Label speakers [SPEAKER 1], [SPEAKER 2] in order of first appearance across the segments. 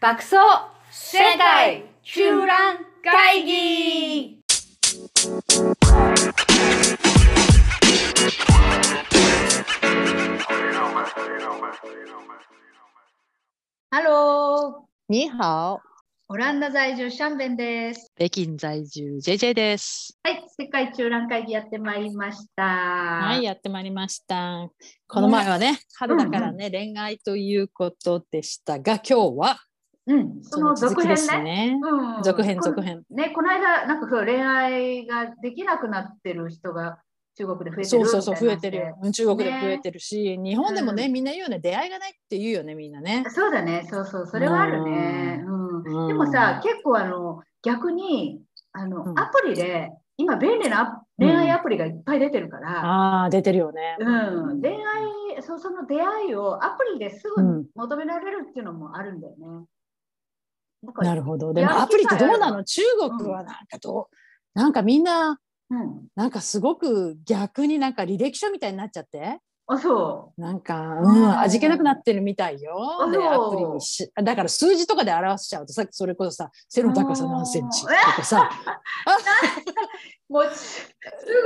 [SPEAKER 1] 爆走世界中覧会議ハロー
[SPEAKER 2] 你好，
[SPEAKER 1] オランダ在住シャンベンです。
[SPEAKER 2] 北京在住 JJ です。
[SPEAKER 1] はい、世界中覧会議やってまいりました。
[SPEAKER 2] は、
[SPEAKER 1] はい
[SPEAKER 2] やってまいりました。この前はね、春だからね、恋愛ということでしたが、今日は
[SPEAKER 1] うん、その続
[SPEAKER 2] で
[SPEAKER 1] 編
[SPEAKER 2] す
[SPEAKER 1] ね。
[SPEAKER 2] ね。
[SPEAKER 1] うん
[SPEAKER 2] 続編、
[SPEAKER 1] この
[SPEAKER 2] 続編。
[SPEAKER 1] ね、この間、なんか今日恋愛ができなくなってる人が中国で増えてる
[SPEAKER 2] そうそうそう、
[SPEAKER 1] みたい
[SPEAKER 2] 増え
[SPEAKER 1] な
[SPEAKER 2] てるよ。うん中国でも増えてるし、日本でもね、
[SPEAKER 1] うん
[SPEAKER 2] みんな言うよね、出会いがないって言うよね、みんなね。
[SPEAKER 1] そうだね、そうそう、それはあるね。うんでもさ、結構あの逆にあの、
[SPEAKER 2] うん
[SPEAKER 1] アプリで今便利なアプ恋愛アプリがいっぱい出てるから、
[SPEAKER 2] ああー、出てるよね。
[SPEAKER 1] うん恋愛そうその出会いをアプリです
[SPEAKER 2] う
[SPEAKER 1] ぐ
[SPEAKER 2] ん、
[SPEAKER 1] 求められるっていうのもあるんだよね。だから
[SPEAKER 2] なるほど。で
[SPEAKER 1] やる
[SPEAKER 2] も
[SPEAKER 1] 気
[SPEAKER 2] アプリってどう
[SPEAKER 1] さえあ
[SPEAKER 2] な
[SPEAKER 1] れ
[SPEAKER 2] の中国はなんかどう、なんかみんな、
[SPEAKER 1] うん、
[SPEAKER 2] なんかすごく逆になんか履歴書みたいになっちゃって。
[SPEAKER 1] あそう
[SPEAKER 2] なんか、
[SPEAKER 1] う
[SPEAKER 2] うんん、味気なくなってるみたいよ。で、ア
[SPEAKER 1] そう
[SPEAKER 2] プリにし、だから数字とかで表しちゃうと、さっきそれこそさ、背の高さ何センチとか さ、
[SPEAKER 1] もうす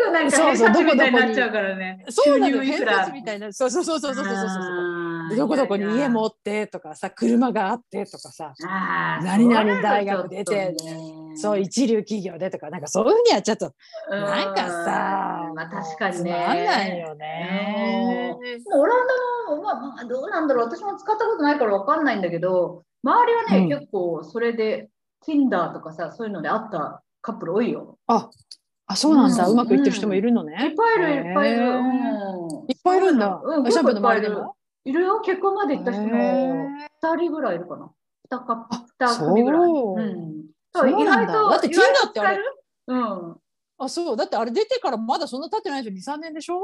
[SPEAKER 1] ぐなんか
[SPEAKER 2] そう
[SPEAKER 1] 偏
[SPEAKER 2] そう
[SPEAKER 1] 差値
[SPEAKER 2] どこどこに
[SPEAKER 1] みたいになっちゃうからね。
[SPEAKER 2] そうな
[SPEAKER 1] 収
[SPEAKER 2] の、
[SPEAKER 1] 入い
[SPEAKER 2] 偏
[SPEAKER 1] くら
[SPEAKER 2] 差値みたいな、そうそうそうそうそうそうそうそう。
[SPEAKER 1] あー
[SPEAKER 2] でどこどこに
[SPEAKER 1] いやいや
[SPEAKER 2] 家持ってとかさ、車があってとかさ、
[SPEAKER 1] あー
[SPEAKER 2] 何々
[SPEAKER 1] それは
[SPEAKER 2] 大学出て
[SPEAKER 1] ちょっとね
[SPEAKER 2] そう一流企業でとか、なんかそういうふうにやっちゃうと、
[SPEAKER 1] うん
[SPEAKER 2] なんかさ、
[SPEAKER 1] まあ確かにね。
[SPEAKER 2] つまんないよね。
[SPEAKER 1] でもオランダの、まあ、まあどうなんだろう、私も使ったことないからわかんないんだけど、周りはね、
[SPEAKER 2] うん
[SPEAKER 1] 結構それで Tinder とかさ、そういうので会ったカップル多いよ。
[SPEAKER 2] あ、あ、そうなんだ、
[SPEAKER 1] う
[SPEAKER 2] うんまくいってる人もいるの
[SPEAKER 1] いっ
[SPEAKER 2] ね。
[SPEAKER 1] ぱいいる、いっぱいいる。
[SPEAKER 2] へー
[SPEAKER 1] うん
[SPEAKER 2] いっぱいいるんだ
[SPEAKER 1] うん、。結
[SPEAKER 2] シャ
[SPEAKER 1] 構
[SPEAKER 2] ンプ
[SPEAKER 1] い
[SPEAKER 2] ーの
[SPEAKER 1] っぱいい
[SPEAKER 2] 周りで
[SPEAKER 1] る。
[SPEAKER 2] も。
[SPEAKER 1] いるよ、結婚まで行った人も
[SPEAKER 2] へー
[SPEAKER 1] 2人ぐらいいるかな。2カップ、
[SPEAKER 2] あ
[SPEAKER 1] 2組ぐらい。
[SPEAKER 2] そう
[SPEAKER 1] うん。
[SPEAKER 2] そうなんだだって Tinder ってあ
[SPEAKER 1] 意外と使え
[SPEAKER 2] れ
[SPEAKER 1] るうん。
[SPEAKER 2] あ、そう、だってあれ出てからまだそんな経ってないでしょ、2、3年でしょ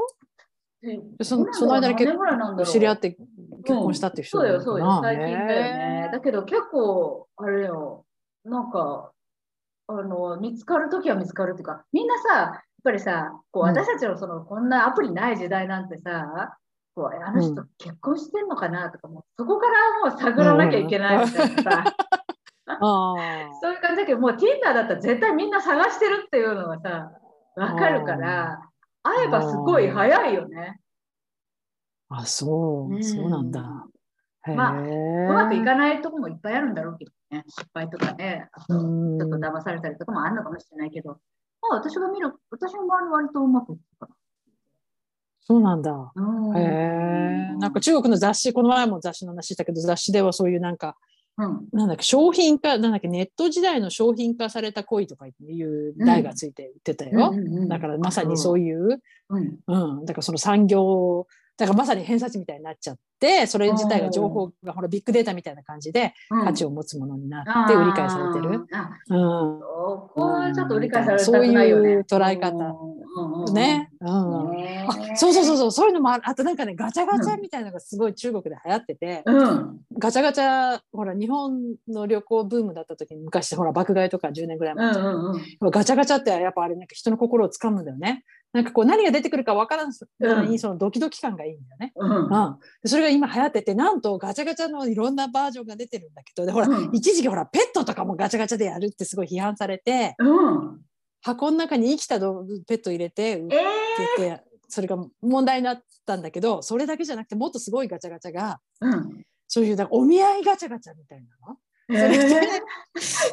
[SPEAKER 1] で
[SPEAKER 2] でそのその間に結構知り合ってて結婚したっていう人
[SPEAKER 1] そうよ、
[SPEAKER 2] なの
[SPEAKER 1] そう
[SPEAKER 2] かな
[SPEAKER 1] よ、最近だよね。
[SPEAKER 2] へ
[SPEAKER 1] だけど結構、あれよ、なんか、あの、見つかるときは見つかるっていうか、みんなさ、やっぱりさ、こう
[SPEAKER 2] うん
[SPEAKER 1] 私たちのその、こんなアプリない時代なんてさ、こうあの人
[SPEAKER 2] う
[SPEAKER 1] 結婚してんのかなとか、もうそこからもう探らなきゃいけないみたいなさ、
[SPEAKER 2] ーあ
[SPEAKER 1] そういう感じだけど、もう Tinder だったら絶対みんな探してるっていうのがさ、わかるから、会えばすごい早いよね。
[SPEAKER 2] ーあ、そう、
[SPEAKER 1] うん
[SPEAKER 2] そうなんだ。へえ。
[SPEAKER 1] まあうまくいかないとこもいっぱいあるんだろうけどね、失敗とかね、あとち
[SPEAKER 2] うん
[SPEAKER 1] ょっと騙されたりとかもあるのかもしれないけど、まあ私が見る、私の周り割とうまくいったか
[SPEAKER 2] そうなんだ。
[SPEAKER 1] な。うん
[SPEAKER 2] へえ。なんか、中国の雑誌、この前も雑誌の話したけど、雑誌ではそういうなんか、
[SPEAKER 1] うん、
[SPEAKER 2] なんだっけ、商品化、なんだっけ、ネット時代の商品化された恋とかいう題がついて言ってたよ。だからまさにそう
[SPEAKER 1] い
[SPEAKER 2] いう、
[SPEAKER 1] うん。うん
[SPEAKER 2] うん、だからその産業だからまさに偏差値みたいになっちゃってそれ自体が情報がほらビッグデータみたいな感じで価値を持つものになって売り買いされてる、。
[SPEAKER 1] あーあ、
[SPEAKER 2] うん
[SPEAKER 1] そこはちょっと売り返されたくないよね。
[SPEAKER 2] そういう捉え方
[SPEAKER 1] うん。うんうん
[SPEAKER 2] ね、うん
[SPEAKER 1] ね
[SPEAKER 2] あそうそうそうそうそういうのもあるあとなんかねガチャガチャみたいなのがすごい中国で流行ってて、
[SPEAKER 1] うん。
[SPEAKER 2] ガチャガチャほら日本の旅行ブームだった時に昔ほら爆買いとか10年ぐらい前
[SPEAKER 1] うんうんうん。
[SPEAKER 2] ガチャガチャってやっぱあれなんか人の心を掴むんだよねなんかこう何が出てくるかわからんのに、
[SPEAKER 1] うん
[SPEAKER 2] そのドキドキ感がいいんだよね
[SPEAKER 1] うん
[SPEAKER 2] うん、でそれが今流行っててなんとガチャガチャのいろんなバージョンが出てるんだけどでほら、
[SPEAKER 1] うん
[SPEAKER 2] 一時期ほらペットとかもガチャガチャでやるってすごい批判されて
[SPEAKER 1] うん。
[SPEAKER 2] 箱の中に生きた動物ペット入れて売っ
[SPEAKER 1] え
[SPEAKER 2] てて、それが問題になったんだけどそれだけじゃなくてもっとすごいガチャガチャが
[SPEAKER 1] ーうん。
[SPEAKER 2] そういうなんかお見合いガチャガチャみたいなの。
[SPEAKER 1] え
[SPEAKER 2] それで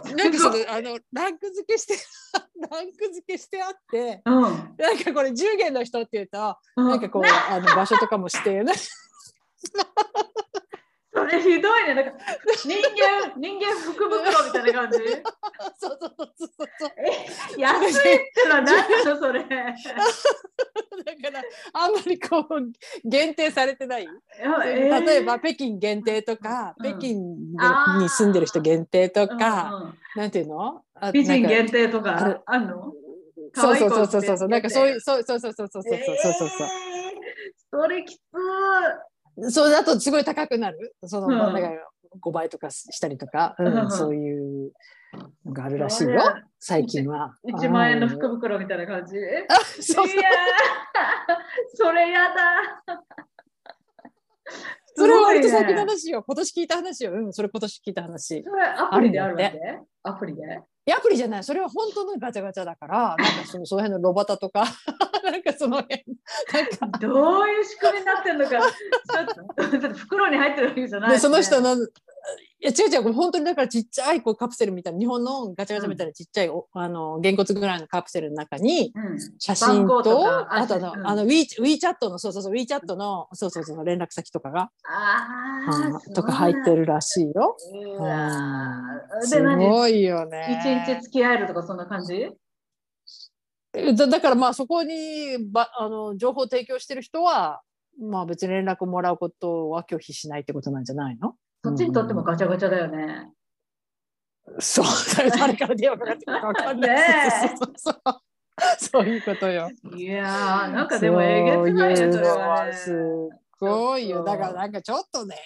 [SPEAKER 1] ー
[SPEAKER 2] なんかそのあのランク付けして ランク付けしてあって
[SPEAKER 1] うん。
[SPEAKER 2] なんかこれ10元の人っていうと
[SPEAKER 1] な
[SPEAKER 2] なんかこうあの場所とかも指 定な
[SPEAKER 1] それひどいね。なんか人 間、人間福袋みたいな感じ。
[SPEAKER 2] そうそうそうそうそう
[SPEAKER 1] 安いってのは何なのそれ。
[SPEAKER 2] だからあんまりこう限定されてない、
[SPEAKER 1] えー
[SPEAKER 2] 例えば北京限定とか、
[SPEAKER 1] うん
[SPEAKER 2] 北京で
[SPEAKER 1] あー
[SPEAKER 2] に住んでる人限定とか、
[SPEAKER 1] うんうん
[SPEAKER 2] なんていうのあ
[SPEAKER 1] 美人
[SPEAKER 2] なんか
[SPEAKER 1] 限定と
[SPEAKER 2] ある
[SPEAKER 1] かあんの
[SPEAKER 2] そうそうそうそうそうそう
[SPEAKER 1] 可愛
[SPEAKER 2] ないん
[SPEAKER 1] 子って
[SPEAKER 2] かそういうそうそうそうそうそうそうそう
[SPEAKER 1] え
[SPEAKER 2] そう
[SPEAKER 1] ーそれきつ
[SPEAKER 2] それだとすごい高くなるその、
[SPEAKER 1] うん
[SPEAKER 2] なんか5倍とかしたりとか、うん
[SPEAKER 1] うんうん
[SPEAKER 2] そういうのがある
[SPEAKER 1] い。
[SPEAKER 2] らしいよ最近は。
[SPEAKER 1] 1万円の福
[SPEAKER 2] うん
[SPEAKER 1] 袋みたいな感じ。いや
[SPEAKER 2] あ そうそう
[SPEAKER 1] ーそれやだ。
[SPEAKER 2] それは割と最近の話よ。今年聞いた話よ。うん、それ今年聞いた話。
[SPEAKER 1] それアプリであるわけアプリで
[SPEAKER 2] いやアプリじゃない。それは本当のガチャガチャだから、なんかそのその辺のロバタとか、なんかその辺、なんか。
[SPEAKER 1] どういう仕組みになってんのか、ちょっとちょっと袋に入ってるわけじゃない、
[SPEAKER 2] でその人の、いや違う違う、本当にだからちっちゃいこうカプセルみたいな、日本のガチャガチャみたいなちっちゃい、おあの、げんこつぐらいのカプセルの中に、
[SPEAKER 1] うん
[SPEAKER 2] 写真
[SPEAKER 1] 番号
[SPEAKER 2] と、
[SPEAKER 1] とか
[SPEAKER 2] あとあの、
[SPEAKER 1] うん
[SPEAKER 2] あの、ウィーチャットの、そうそうそう、ウィーチャットの、そうそうそう、連絡先とかが、
[SPEAKER 1] あ
[SPEAKER 2] うん
[SPEAKER 1] あ、
[SPEAKER 2] とか入ってるらしいよ。
[SPEAKER 1] そう
[SPEAKER 2] う
[SPEAKER 1] なんだ。うんわ
[SPEAKER 2] す
[SPEAKER 1] で、何
[SPEAKER 2] ごいよ
[SPEAKER 1] 一日
[SPEAKER 2] ね。
[SPEAKER 1] 付き合えるとかそんな感じ
[SPEAKER 2] だだからまあそこにばあの情報を提供してる人は、まあ別に連絡もらうことは拒否しないってことなんじゃないの
[SPEAKER 1] そっちにとってもガチャガチャだよね。
[SPEAKER 2] そう、誰から電話かかってくるかわかんない。
[SPEAKER 1] ねえ
[SPEAKER 2] そうそうそうそう。そういうことよ。
[SPEAKER 1] いやー、なんかでもえげつない
[SPEAKER 2] そう
[SPEAKER 1] よ、
[SPEAKER 2] う
[SPEAKER 1] それ
[SPEAKER 2] の
[SPEAKER 1] は、
[SPEAKER 2] は
[SPEAKER 1] ね。
[SPEAKER 2] すごいよ。だからなんかちょっとね、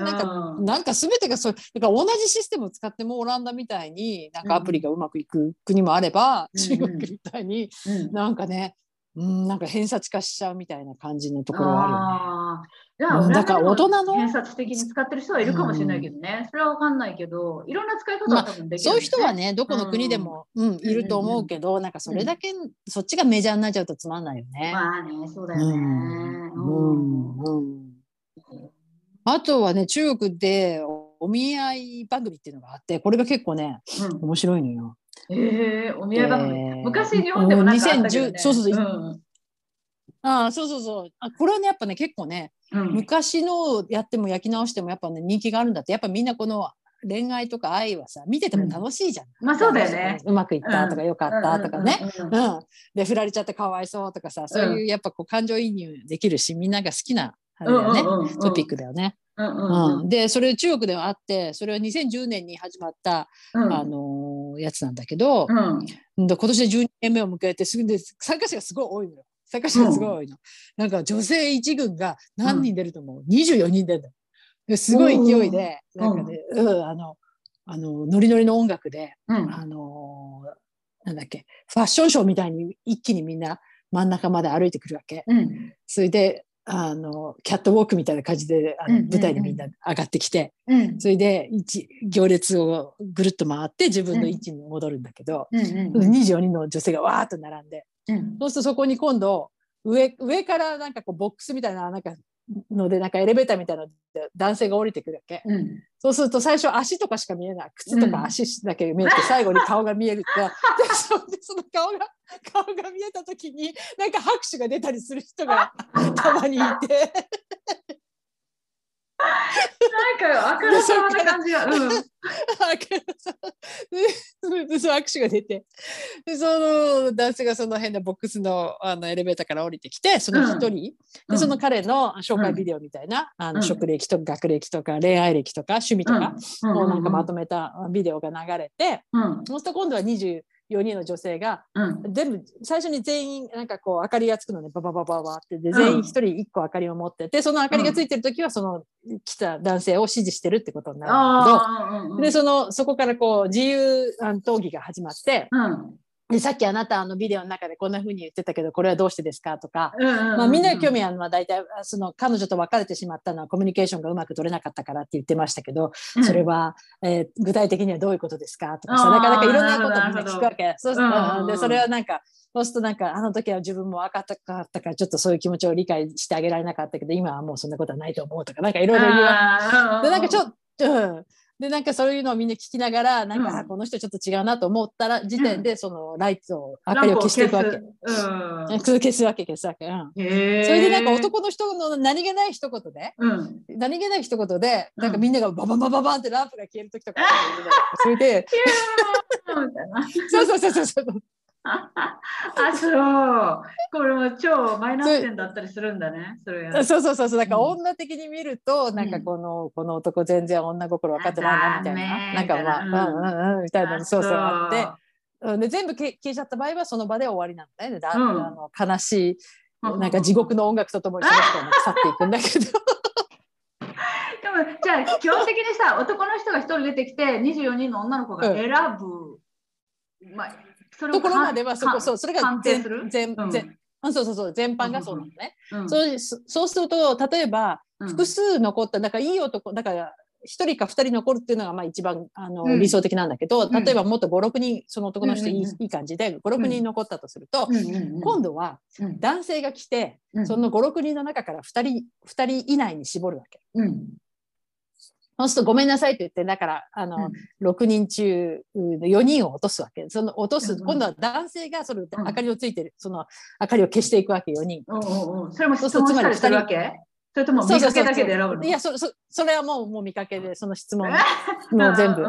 [SPEAKER 2] なんか
[SPEAKER 1] うん
[SPEAKER 2] なんか全てがそうだから同じシステムを使ってもオランダみたいになんかアプリがうまくいく国もあれば、
[SPEAKER 1] うん
[SPEAKER 2] 中国みたいに
[SPEAKER 1] うん
[SPEAKER 2] なんかね、うん、なんか偏差値化しちゃうみたいな感じのところはあるよね。
[SPEAKER 1] あー
[SPEAKER 2] うん
[SPEAKER 1] じゃあ、
[SPEAKER 2] だから大人の
[SPEAKER 1] 偏差値的に使ってる人はいるかもしれないけどね、それはわかんないけど、いろんな使い方は多分できる
[SPEAKER 2] そ
[SPEAKER 1] よね、
[SPEAKER 2] ういう人はねどこの国でも、うんいると思うけど、なんかそれだけ、そっちがメジャーになっちゃうとつまんないよね。
[SPEAKER 1] まあね、そうだ
[SPEAKER 2] う
[SPEAKER 1] よね。
[SPEAKER 2] んう
[SPEAKER 1] うん
[SPEAKER 2] んうんあとはね中国でお見合い番組っていうのがあってこれが結構ね面白いのよ。
[SPEAKER 1] ええお見合い番組、
[SPEAKER 2] えー
[SPEAKER 1] 昔日本でもなんかあったけど、
[SPEAKER 2] うん
[SPEAKER 1] ね、
[SPEAKER 2] 2010そうそうそう
[SPEAKER 1] うん
[SPEAKER 2] ああそうそうそうあこれはねやっぱね結構ね
[SPEAKER 1] うん
[SPEAKER 2] 昔のやっても焼き直してもやっぱね人気があるんだってやっぱみんなこの恋愛とか愛はさ見てても楽しいじゃん。
[SPEAKER 1] まあそうだよね。
[SPEAKER 2] うまくいったとかよかったとかね。
[SPEAKER 1] うんうんうんうん。
[SPEAKER 2] うん、で振られちゃってかわいそうとかさそういうやっぱこう感情移入できるしみんなが好きなあれだよね、
[SPEAKER 1] うんうんうんうん
[SPEAKER 2] トピックだよね。
[SPEAKER 1] うんう
[SPEAKER 2] うん
[SPEAKER 1] んうん
[SPEAKER 2] でそれ中国ではあってそれは2010年に始まった、
[SPEAKER 1] うん
[SPEAKER 2] あのーやつなんだけど、
[SPEAKER 1] うん
[SPEAKER 2] で今年で12年目を迎えてすぐで参加者がすごい多いのよ。参加者がすごい多いの。なんか女性一軍が何人出ると思う、?24 人出るのですごい勢いで、
[SPEAKER 1] おー
[SPEAKER 2] なんかね、うん、あの、あの、ノリノリの音楽で、
[SPEAKER 1] うん
[SPEAKER 2] あのーなんだっけ、ファッションショーみたいに一気にみんな真ん中まで歩いてくるわけ。
[SPEAKER 1] うん
[SPEAKER 2] それで、あの、キャットウォークみたいな感じで、あの
[SPEAKER 1] うんうんうん
[SPEAKER 2] 舞台でみんな上がってきて、
[SPEAKER 1] うん
[SPEAKER 2] それで、一、行列をぐるっと回って自分の位置に戻るんだけど、
[SPEAKER 1] うんうん
[SPEAKER 2] 24人の女性がわーっと並んで
[SPEAKER 1] うん
[SPEAKER 2] そうするとそこに今度上上からなんかこうボックスみたいななんかのでなんかエレベーターみたいなので男性が降りてくるわけ
[SPEAKER 1] うん
[SPEAKER 2] そうすると最初足とかしか見えない靴と
[SPEAKER 1] うん
[SPEAKER 2] か足だけ見えて、最後に顔が見えるってでそでその顔が顔が見えた時になんか拍手が出たりする人がたまにいて
[SPEAKER 1] なんかあからさまな感じが。うんうん
[SPEAKER 2] あけどさででその握手が出てでその男性がその変なボックスのあのエレベーターから降りてきてその一人、でその彼の紹介ビデオみたいな、あ
[SPEAKER 1] うん
[SPEAKER 2] の職歴とか学歴とか恋愛歴とか趣味とか
[SPEAKER 1] うん
[SPEAKER 2] をなんかまとめたビデオが流れて、
[SPEAKER 1] うん
[SPEAKER 2] そうすると今度は24人の女性が
[SPEAKER 1] うん
[SPEAKER 2] 全部最初に全員なんかこう明かりがつくのでバババババってで
[SPEAKER 1] ん
[SPEAKER 2] 全員一人一個明かりを持っててその明かりがついてる時はその来た男性を支持してるってことになるんだけど。
[SPEAKER 1] あーうんうん
[SPEAKER 2] でそのそこからこう自由あの討議が始まって
[SPEAKER 1] うん
[SPEAKER 2] でさっきあなたあのビデオの中でこんな風に言ってたけどこれはどうしてですかとか、
[SPEAKER 1] うんうん
[SPEAKER 2] まあ、みんなが興味あるのは大体あその彼女と別れてしまったのはコミュニケーションがうまく取れなかったからって言ってましたけどそれは、えー具体的にはどういうことですかとかさ
[SPEAKER 1] あー
[SPEAKER 2] なかなかいろんなこ
[SPEAKER 1] な
[SPEAKER 2] と
[SPEAKER 1] るほ
[SPEAKER 2] みんな
[SPEAKER 1] ど
[SPEAKER 2] 聞くわけそうす
[SPEAKER 1] うんうんうん
[SPEAKER 2] うんでそれはなんかそうするとなんかあの時は自分も若かったからちょっとそういう気持ちを理解してあげられなかったけど今はもうそんなことはないと思うとかなんかいろいろ言うわけ
[SPEAKER 1] あーう
[SPEAKER 2] でなんかちょ
[SPEAKER 1] と
[SPEAKER 2] っと、うんでなんかそういうのをみんな聞きながらなんか、
[SPEAKER 1] うん
[SPEAKER 2] あこの人ちょっと違うなと思ったら時点でそのライトを明かりを
[SPEAKER 1] を
[SPEAKER 2] 消していくわけ。
[SPEAKER 1] うん
[SPEAKER 2] 消す消すわけ消すわけ、うん、
[SPEAKER 1] へー
[SPEAKER 2] それでなんか男の人の何気ない一言で
[SPEAKER 1] うん
[SPEAKER 2] 何気ない一言で
[SPEAKER 1] うん
[SPEAKER 2] なんかみんながバババババンってランプが消える時とかあるんだけどそれで
[SPEAKER 1] キューみたいな。
[SPEAKER 2] そうそうそうそうそう
[SPEAKER 1] あ、そう。これも超マイナス点だったりするんだね。それが。
[SPEAKER 2] そうそうそうそうだから
[SPEAKER 1] うん
[SPEAKER 2] 女的に見ると、なんかこのこの男全然女心分かってないなみたいな、
[SPEAKER 1] あ
[SPEAKER 2] なん
[SPEAKER 1] ダ
[SPEAKER 2] か
[SPEAKER 1] メ
[SPEAKER 2] まあうんうんうんみたいなのそうそうあって。うんで全部け消えちゃった場合はその場で終わりなんだよね。だ
[SPEAKER 1] うん
[SPEAKER 2] あの悲し
[SPEAKER 1] う
[SPEAKER 2] いなんか地
[SPEAKER 1] で
[SPEAKER 2] 獄の音楽とともにその人は腐っていくんだけど
[SPEAKER 1] もじゃあ基本的にさ男の人が一人出てきて24人の女の子が選ぶ、まあそれを、
[SPEAKER 2] ところまではそこそううそれが
[SPEAKER 1] 鑑定する
[SPEAKER 2] 全全
[SPEAKER 1] うん
[SPEAKER 2] 全あそうそうそう全般がそうなのね。
[SPEAKER 1] うん
[SPEAKER 2] そうそそうすると例えば
[SPEAKER 1] うん
[SPEAKER 2] 複数残った、だからいい男、だから一人か二人残るっていうのがまあ一番あの、
[SPEAKER 1] うん
[SPEAKER 2] 理想的なんだけ
[SPEAKER 1] う
[SPEAKER 2] ど、
[SPEAKER 1] ん
[SPEAKER 2] 例えばもっと5、6人、その男の人いい,、
[SPEAKER 1] うんうんう
[SPEAKER 2] いい感じで、5、6人残ったとすると、
[SPEAKER 1] うんうんうん
[SPEAKER 2] 今度は
[SPEAKER 1] うん
[SPEAKER 2] 男性が来て、
[SPEAKER 1] うん
[SPEAKER 2] その5、6人の中から2人、二人以内に絞るわけ。
[SPEAKER 1] うん
[SPEAKER 2] そうするとごめんなさいって言って、だから、あの、6人中4人を落とすわけ。その落とす、
[SPEAKER 1] うんうん
[SPEAKER 2] 今度は男性がその
[SPEAKER 1] ん
[SPEAKER 2] 明かりをついてる、その明かりを消していくわけ、4人。
[SPEAKER 1] おうおうおうそれも質問したりするわけそれとも
[SPEAKER 2] そう
[SPEAKER 1] 見
[SPEAKER 2] そう
[SPEAKER 1] か
[SPEAKER 2] そう
[SPEAKER 1] けだけで選ぶの
[SPEAKER 2] いや、そそそれはもうもう見かけで、その質 問
[SPEAKER 1] うんう
[SPEAKER 2] も
[SPEAKER 1] ん
[SPEAKER 2] う全部、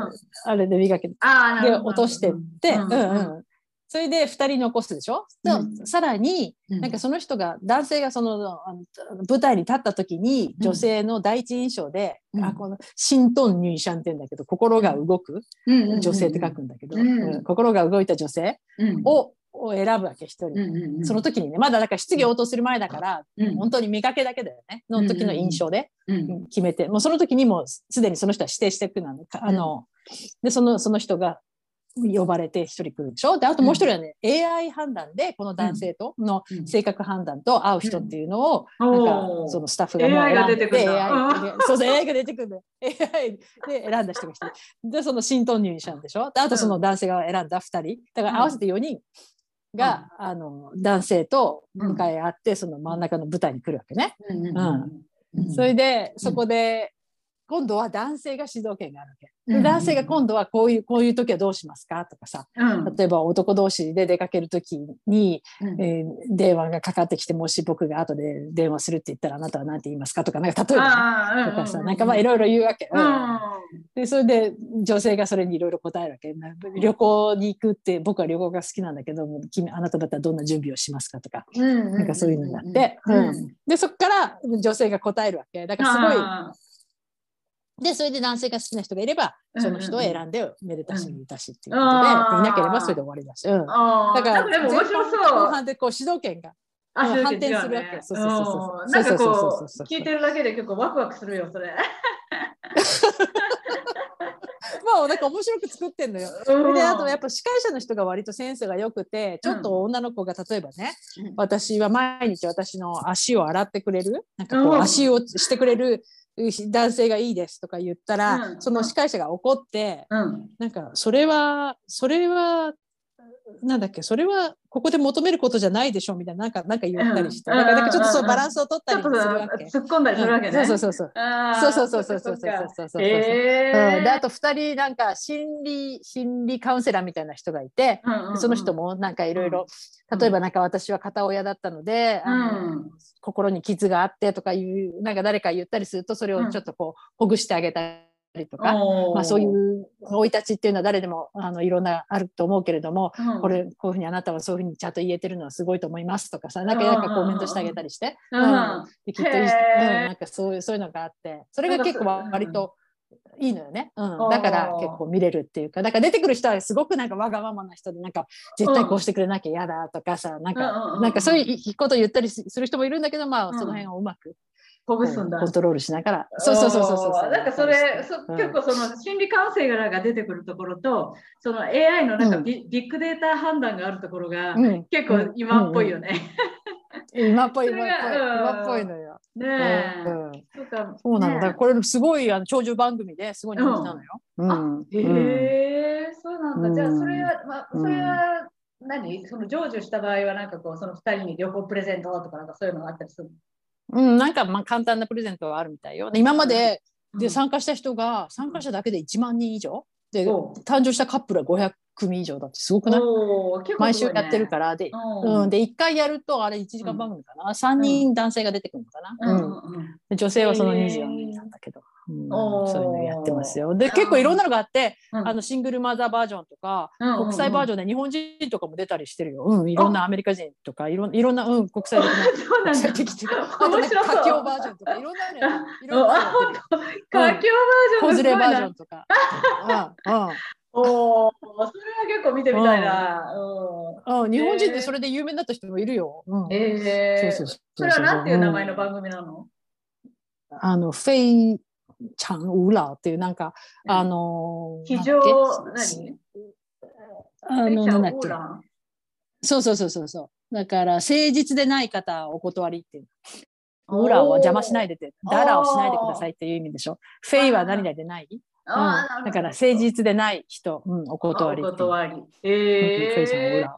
[SPEAKER 2] あれで見かけで。
[SPEAKER 1] ああな
[SPEAKER 2] で、
[SPEAKER 1] るほど
[SPEAKER 2] 落としてって、
[SPEAKER 1] うん
[SPEAKER 2] うんうん。それで2人残すでしょ、
[SPEAKER 1] うん
[SPEAKER 2] でさらに、
[SPEAKER 1] うん
[SPEAKER 2] なんかその人が、男性がそのあの舞台に立った時に、
[SPEAKER 1] うん
[SPEAKER 2] 女性の第一印象で、
[SPEAKER 1] うん
[SPEAKER 2] あこの、新トン入社って言うんだけど、心が動く、
[SPEAKER 1] うんうんうん
[SPEAKER 2] 女性って書くんだけど、
[SPEAKER 1] うん
[SPEAKER 2] うん心が動いた女性
[SPEAKER 1] うん
[SPEAKER 2] をを選ぶわけ、一人。
[SPEAKER 1] うんうんうん
[SPEAKER 2] その時にね、まだだから質疑応答する前だから、
[SPEAKER 1] うん
[SPEAKER 2] 本当に見かけだけだよね、の時の印象で
[SPEAKER 1] うん
[SPEAKER 2] うん決めて、もうその時にもうすでにその人は指定していくなのか、あの、で、その、その人が呼ばれて一人来るでしょで、あともう一人はね、AI 判断で、この男性との
[SPEAKER 1] うん
[SPEAKER 2] 性格判断と合う人っていうのを、なん
[SPEAKER 1] お
[SPEAKER 2] か、
[SPEAKER 1] ー
[SPEAKER 2] そのスタッフがもう
[SPEAKER 1] AI が
[SPEAKER 2] 選ん
[SPEAKER 1] 出て
[SPEAKER 2] で
[SPEAKER 1] くるん
[SPEAKER 2] て、
[SPEAKER 1] だ
[SPEAKER 2] AI でそうそう、AI が出てくるのよ。AI で選んだ人が一人。で、その新投入者でしょであとその男性が選んだ二人。だから合わせて四人が、あの、男性と向かい合って、その真ん中の舞台に来るわけね。
[SPEAKER 1] うんうんうんうん
[SPEAKER 2] それで、そこで、今度は男性が主導権があるわ
[SPEAKER 1] うんう
[SPEAKER 2] け。
[SPEAKER 1] ん
[SPEAKER 2] で男性が今度はこういう、こういう時はどうしますかとかさ、
[SPEAKER 1] うん
[SPEAKER 2] 例えば男同士で出かける時に、
[SPEAKER 1] うん
[SPEAKER 2] えー電話がかかってきて、もし僕が後で電話するって言ったらあなたは何て言いますかとか、なんか例えばね、
[SPEAKER 1] ああうん
[SPEAKER 2] とか
[SPEAKER 1] う
[SPEAKER 2] さ、
[SPEAKER 1] ん
[SPEAKER 2] なんかまあいろいろ言うわけ。
[SPEAKER 1] う
[SPEAKER 2] で、それで女性がそれにいろいろ答えるわけ。な旅行に行くって、僕は旅行が好きなんだけど、もう君、あなただったらどんな準備をしますかとか、
[SPEAKER 1] んうん
[SPEAKER 2] なんかそういうのになって、うんで、そこから女性が答えるわけ。だからすごい、
[SPEAKER 1] あ
[SPEAKER 2] で、それで男性が好きな人がいれば、
[SPEAKER 1] うんう
[SPEAKER 2] そ
[SPEAKER 1] んう
[SPEAKER 2] の
[SPEAKER 1] ん
[SPEAKER 2] 人を選んで、めでたし、
[SPEAKER 1] うん
[SPEAKER 2] めでたしっていうことで、
[SPEAKER 1] あー
[SPEAKER 2] いなければそれで終わりだし。うん。
[SPEAKER 1] ーあ
[SPEAKER 2] だ
[SPEAKER 1] ー
[SPEAKER 2] か
[SPEAKER 1] な
[SPEAKER 2] ら、
[SPEAKER 1] んかでも面白
[SPEAKER 2] 前半と
[SPEAKER 1] そう
[SPEAKER 2] 後半でこう主導権が。
[SPEAKER 1] あ
[SPEAKER 2] うん
[SPEAKER 1] そういう
[SPEAKER 2] 反転
[SPEAKER 1] 感じ
[SPEAKER 2] するわけ
[SPEAKER 1] だよね
[SPEAKER 2] そうそうそうそう
[SPEAKER 1] うんなんか
[SPEAKER 2] そうそう
[SPEAKER 1] こ
[SPEAKER 2] そうそう
[SPEAKER 1] う
[SPEAKER 2] そう
[SPEAKER 1] 聞いてるだけで結構ワクワクするよそれ。
[SPEAKER 2] まあ、なんか面白く作ってんのよ。それで、あとやっぱ司会者の人が割とセンスが良くて、ちょっと女の子が例えばね、
[SPEAKER 1] うん
[SPEAKER 2] 私は毎日私の足を洗ってくれる、なんかこ
[SPEAKER 1] う
[SPEAKER 2] うん足をしてくれる男性がいいですとか言ったら、
[SPEAKER 1] うん
[SPEAKER 2] その司会者が怒って、
[SPEAKER 1] うん
[SPEAKER 2] なんか、それは、それは、なんだっけ、それは、ここで求めることじゃないでしょみたいな、なんか、なんか言ったりして、
[SPEAKER 1] うん
[SPEAKER 2] なんか、なんかちょっとそううんバランスを取っ
[SPEAKER 1] ち
[SPEAKER 2] た
[SPEAKER 1] ょ
[SPEAKER 2] り
[SPEAKER 1] っ
[SPEAKER 2] す
[SPEAKER 1] と
[SPEAKER 2] るわけ。
[SPEAKER 1] 突っ込んだりするわけね。
[SPEAKER 2] そうそうそう。
[SPEAKER 1] あー
[SPEAKER 2] そうそうそうそうそうそう
[SPEAKER 1] っかっか
[SPEAKER 2] そうそうそう
[SPEAKER 1] へー
[SPEAKER 2] うん、であと2人なんか心理心理カウンセラーみたいな人がいて、
[SPEAKER 1] うんうんうん
[SPEAKER 2] その人もなんかいろいろ
[SPEAKER 1] うん
[SPEAKER 2] 例えばなんか私は片親だったので、
[SPEAKER 1] う
[SPEAKER 2] あの
[SPEAKER 1] ん
[SPEAKER 2] 心に傷があってとかいうなんか誰か言ったりするとそれをちょっとこうほぐしてあげたりとか、
[SPEAKER 1] おー
[SPEAKER 2] まあ、そういう生い立ちっていうのは誰でもあのいろんなあると思うけれども、
[SPEAKER 1] うん
[SPEAKER 2] これこういうふうにあなたはそういうふうにちゃんと言えてるのはすごいと思いますとかさなんかなんかコメントしてあげたりして、
[SPEAKER 1] う
[SPEAKER 2] うん
[SPEAKER 1] ん
[SPEAKER 2] できっといい
[SPEAKER 1] へ
[SPEAKER 2] し、
[SPEAKER 1] ー
[SPEAKER 2] うんなんかそういうそういうのがあってそれが結構
[SPEAKER 1] なんかそう
[SPEAKER 2] 割といいのよね、
[SPEAKER 1] う
[SPEAKER 2] うんん、だから結構見れるっていうかだから出てくる人はすごくなんかわがままな人でなんか絶対こうしてくれなきゃ嫌だとかさな
[SPEAKER 1] うんうん
[SPEAKER 2] ん
[SPEAKER 1] う
[SPEAKER 2] か
[SPEAKER 1] ん
[SPEAKER 2] なんかそういうことを言ったりする人もいるんだけどまあ
[SPEAKER 1] う
[SPEAKER 2] そ
[SPEAKER 1] ん
[SPEAKER 2] の辺をうまく
[SPEAKER 1] ほ
[SPEAKER 2] こ
[SPEAKER 1] ぐ
[SPEAKER 2] う
[SPEAKER 1] すんだ
[SPEAKER 2] コン。トロールしながらそうそうそうそうそう
[SPEAKER 1] おーなんかそれ、そ
[SPEAKER 2] うん
[SPEAKER 1] 結構その心理カウンセラーが出てくるところと、その AI のなんか
[SPEAKER 2] うん
[SPEAKER 1] ビ,、ビッグデータ判断があるところが、
[SPEAKER 2] うん
[SPEAKER 1] 結構今っぽいよね。
[SPEAKER 2] 今っぽい
[SPEAKER 1] それ
[SPEAKER 2] 今っ
[SPEAKER 1] が
[SPEAKER 2] ぽ
[SPEAKER 1] うん
[SPEAKER 2] い今っぽいのよ。
[SPEAKER 1] ねえ、
[SPEAKER 2] うん
[SPEAKER 1] そうか
[SPEAKER 2] そうなんだ。だから
[SPEAKER 1] ね
[SPEAKER 2] これすごいあの長寿番組ですごい人気なのよ。うん
[SPEAKER 1] え
[SPEAKER 2] うん
[SPEAKER 1] へえそうなんだ。
[SPEAKER 2] うん
[SPEAKER 1] じゃあそれは、まあ、
[SPEAKER 2] うん
[SPEAKER 1] それは何その成就した場合はなんかこうその二人に旅行プレゼントとかなんかそういうのがあったりするの。
[SPEAKER 2] うん、なんかまあ簡単なプレゼントはあるみたいよ。で今まで
[SPEAKER 1] う
[SPEAKER 2] で
[SPEAKER 1] ん
[SPEAKER 2] 参加した人が参加者だけで1万人以上で
[SPEAKER 1] おう
[SPEAKER 2] 誕生したカップルは500組以上だってすごくない
[SPEAKER 1] おー結構すごいね
[SPEAKER 2] 毎週やってるからで,、
[SPEAKER 1] うん
[SPEAKER 2] うん、で1回やるとあれ1時間番組かな、3人男性が出てくるのか
[SPEAKER 1] う
[SPEAKER 2] な、
[SPEAKER 1] ん
[SPEAKER 2] うん
[SPEAKER 1] うん
[SPEAKER 2] で女性はその
[SPEAKER 1] へー
[SPEAKER 2] 24人なんだけど、うん
[SPEAKER 1] おー
[SPEAKER 2] そういうのやってますよで結構いろんなのがあって
[SPEAKER 1] うん
[SPEAKER 2] あのシングルマザーバージョンとか
[SPEAKER 1] うんうんうん
[SPEAKER 2] 国際バージョンで日本人とかも出たりしてるよ、うん、いろんなアメリカ人とかいろんいろんな、うん、国際的な
[SPEAKER 1] そうなん
[SPEAKER 2] 国
[SPEAKER 1] だ
[SPEAKER 2] 際。的とかあと
[SPEAKER 1] 面
[SPEAKER 2] ね
[SPEAKER 1] 白そう
[SPEAKER 2] 華僑バージョンとかいろんなのやいろんなのや
[SPEAKER 1] あ
[SPEAKER 2] ってるよ、
[SPEAKER 1] 本当。華僑バージョン
[SPEAKER 2] 子
[SPEAKER 1] すご
[SPEAKER 2] 連れ
[SPEAKER 1] い
[SPEAKER 2] バー
[SPEAKER 1] な
[SPEAKER 2] ジョンとか。うんうん
[SPEAKER 1] おお、それは結構見てみたいな。う
[SPEAKER 2] うん、日本人でそれで有名になった人もいるよ。う
[SPEAKER 1] ん、
[SPEAKER 2] ん
[SPEAKER 1] えー、
[SPEAKER 2] そう
[SPEAKER 1] そ
[SPEAKER 2] そう
[SPEAKER 1] れはなんていう名前の
[SPEAKER 2] 組、
[SPEAKER 1] 番組なの、
[SPEAKER 2] うんあの、フェイ・チャン・ウラーっていうなんか、あのー、
[SPEAKER 1] 非常
[SPEAKER 2] なんだっけ
[SPEAKER 1] 何
[SPEAKER 2] あの、なんだっ
[SPEAKER 1] オー
[SPEAKER 2] け
[SPEAKER 1] ラ。ン
[SPEAKER 2] そうそうそうそうそう。だから、誠実でない方はお断りっていう。ウーラーは邪魔しないでって、ダラをしないでくださいっていう意味でしょ。フェイは何々でない、うん
[SPEAKER 1] あー
[SPEAKER 2] だから誠実でない人、うん、お断り
[SPEAKER 1] お
[SPEAKER 2] っていう。
[SPEAKER 1] 断り。
[SPEAKER 2] うんフェイさんのウー
[SPEAKER 1] えー
[SPEAKER 2] ラー。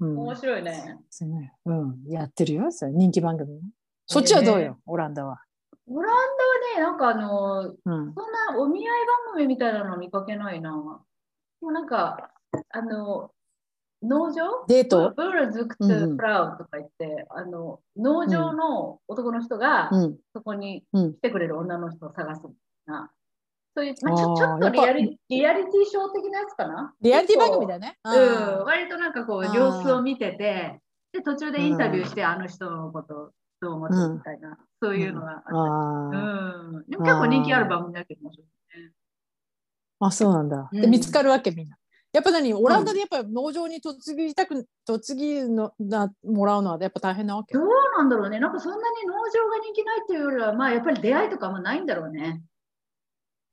[SPEAKER 2] うん
[SPEAKER 1] 面白いね。
[SPEAKER 2] そうねうん、やってるよ、それ人気番組ね。そっちはどうよ、オランダは。
[SPEAKER 1] オランダはね、なんかあの、
[SPEAKER 2] うん、
[SPEAKER 1] そんなお見合い番組みたいなの見かけないな。もうなんか、あの、農場
[SPEAKER 2] デート、
[SPEAKER 1] ブルズクト
[SPEAKER 2] うんう
[SPEAKER 1] ゥ
[SPEAKER 2] ん
[SPEAKER 1] プラウとか言って、あの、農場の男の人が、
[SPEAKER 2] うん、
[SPEAKER 1] そこに
[SPEAKER 2] うん
[SPEAKER 1] 来てくれる女の人を探すみたいな。そういう、まあ、ち
[SPEAKER 2] あ
[SPEAKER 1] ょ
[SPEAKER 2] ー
[SPEAKER 1] ちょっと
[SPEAKER 2] やっ
[SPEAKER 1] リ
[SPEAKER 2] ぱ
[SPEAKER 1] アリリアリティショー的なやつかな。
[SPEAKER 2] リアリティ番組だね。
[SPEAKER 1] うん、
[SPEAKER 2] あ
[SPEAKER 1] 割となんかこう
[SPEAKER 2] あー
[SPEAKER 1] 様子を見てて、で途中でインタビューして、あの人のことをどう思ってるみたいな、そういうのが
[SPEAKER 2] ー
[SPEAKER 1] あって、う
[SPEAKER 2] あー
[SPEAKER 1] んでも結構人気ある番組だけど、
[SPEAKER 2] あ、そうなんだ。で、
[SPEAKER 1] うん
[SPEAKER 2] 見つかるわけ、みんな。やっぱ何オランダでやっぱ農場に嫁ぎたく、嫁ぎのなもらうのはやっぱ大変なわけ
[SPEAKER 1] ど。うなんだろうね、なんかそんなに農場が人気ないっていうよりは、まあやっぱり出会いとかもないんだろうね。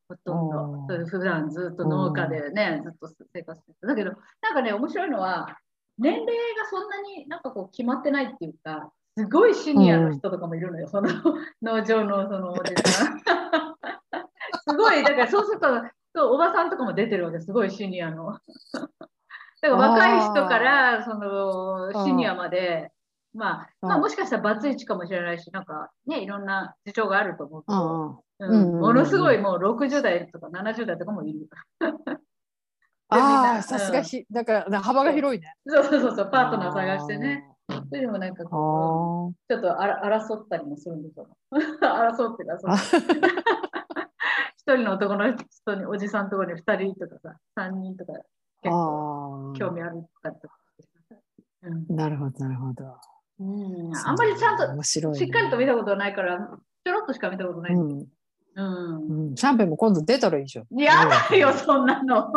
[SPEAKER 1] ほとんど
[SPEAKER 2] あー
[SPEAKER 1] そういう普段ずっと農家でね、ずっと生活してた。だけど、なんかね、面白いのは、年齢がそんなになんかこう決まってないっていうか、すごいシニアの人とかもいるのよ、その農場のそのおじさん。すごい、だからそうすると、そうおばさんとかも出てるわけ、すごいシニアの。だから若い人からそのシニアまで、まあ、まあ、
[SPEAKER 2] うん
[SPEAKER 1] もしかしたらバツイチかもしれないし、なんかね、いろんな事情があると思うけ
[SPEAKER 2] う
[SPEAKER 1] ど、
[SPEAKER 2] んう
[SPEAKER 1] うん
[SPEAKER 2] んうんうん
[SPEAKER 1] ものすごいもう60代とか70代とかもいる。 みんな
[SPEAKER 2] ああ、さすがひ、だから幅が広いね。
[SPEAKER 1] そうそうそうそう、パートナー探してね。それでもなんか
[SPEAKER 2] あ
[SPEAKER 1] こ
[SPEAKER 2] ー。
[SPEAKER 1] う、ちょっとあら争ったりもするんですよ。 争ってた、その
[SPEAKER 2] あ
[SPEAKER 1] 一人の男の人に、おじさんところに二人とかさ、三人とか、
[SPEAKER 2] あ
[SPEAKER 1] 結構
[SPEAKER 2] ー
[SPEAKER 1] 興味あるとかとか。うん
[SPEAKER 2] なるほど、なるほど。
[SPEAKER 1] うん、あんまりちゃんと
[SPEAKER 2] 面白いね。
[SPEAKER 1] しっかりと見たことないから、ちょろっとしか見たことないう
[SPEAKER 2] ん
[SPEAKER 1] うん
[SPEAKER 2] うん、シャンペンも今度出たらいいじゃん。
[SPEAKER 1] やだよ、そんなの。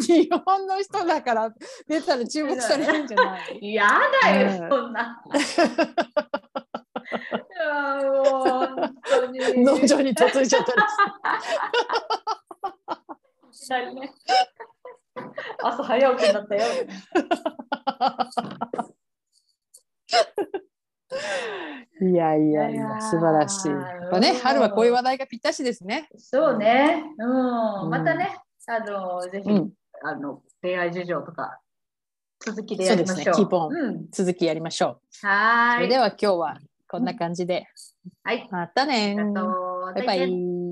[SPEAKER 2] 日本の人だから出たら注目されるんじゃない
[SPEAKER 1] やだよ、
[SPEAKER 2] うん
[SPEAKER 1] そん な。いやもう本当に。
[SPEAKER 2] 農場に嫁いちゃったり
[SPEAKER 1] ね朝早起きになったよ。
[SPEAKER 2] して。いやいやい
[SPEAKER 1] いや
[SPEAKER 2] や、
[SPEAKER 1] ー
[SPEAKER 2] 素晴らしい。やっぱね、春はこういう話題がぴったしですね。
[SPEAKER 1] そうね。うん。
[SPEAKER 2] うん
[SPEAKER 1] またね、あの、ぜひ、
[SPEAKER 2] うん、
[SPEAKER 1] あの、恋愛事情とか、続きでやりましょう。
[SPEAKER 2] そうですねキープオン
[SPEAKER 1] うん。
[SPEAKER 2] 続きやりましょう。
[SPEAKER 1] は
[SPEAKER 2] そ
[SPEAKER 1] ー
[SPEAKER 2] れ
[SPEAKER 1] い。
[SPEAKER 2] では今日はこんな感じで。
[SPEAKER 1] はい。
[SPEAKER 2] またね
[SPEAKER 1] ありがとう。
[SPEAKER 2] バイバ
[SPEAKER 1] 再
[SPEAKER 2] イ
[SPEAKER 1] 見。。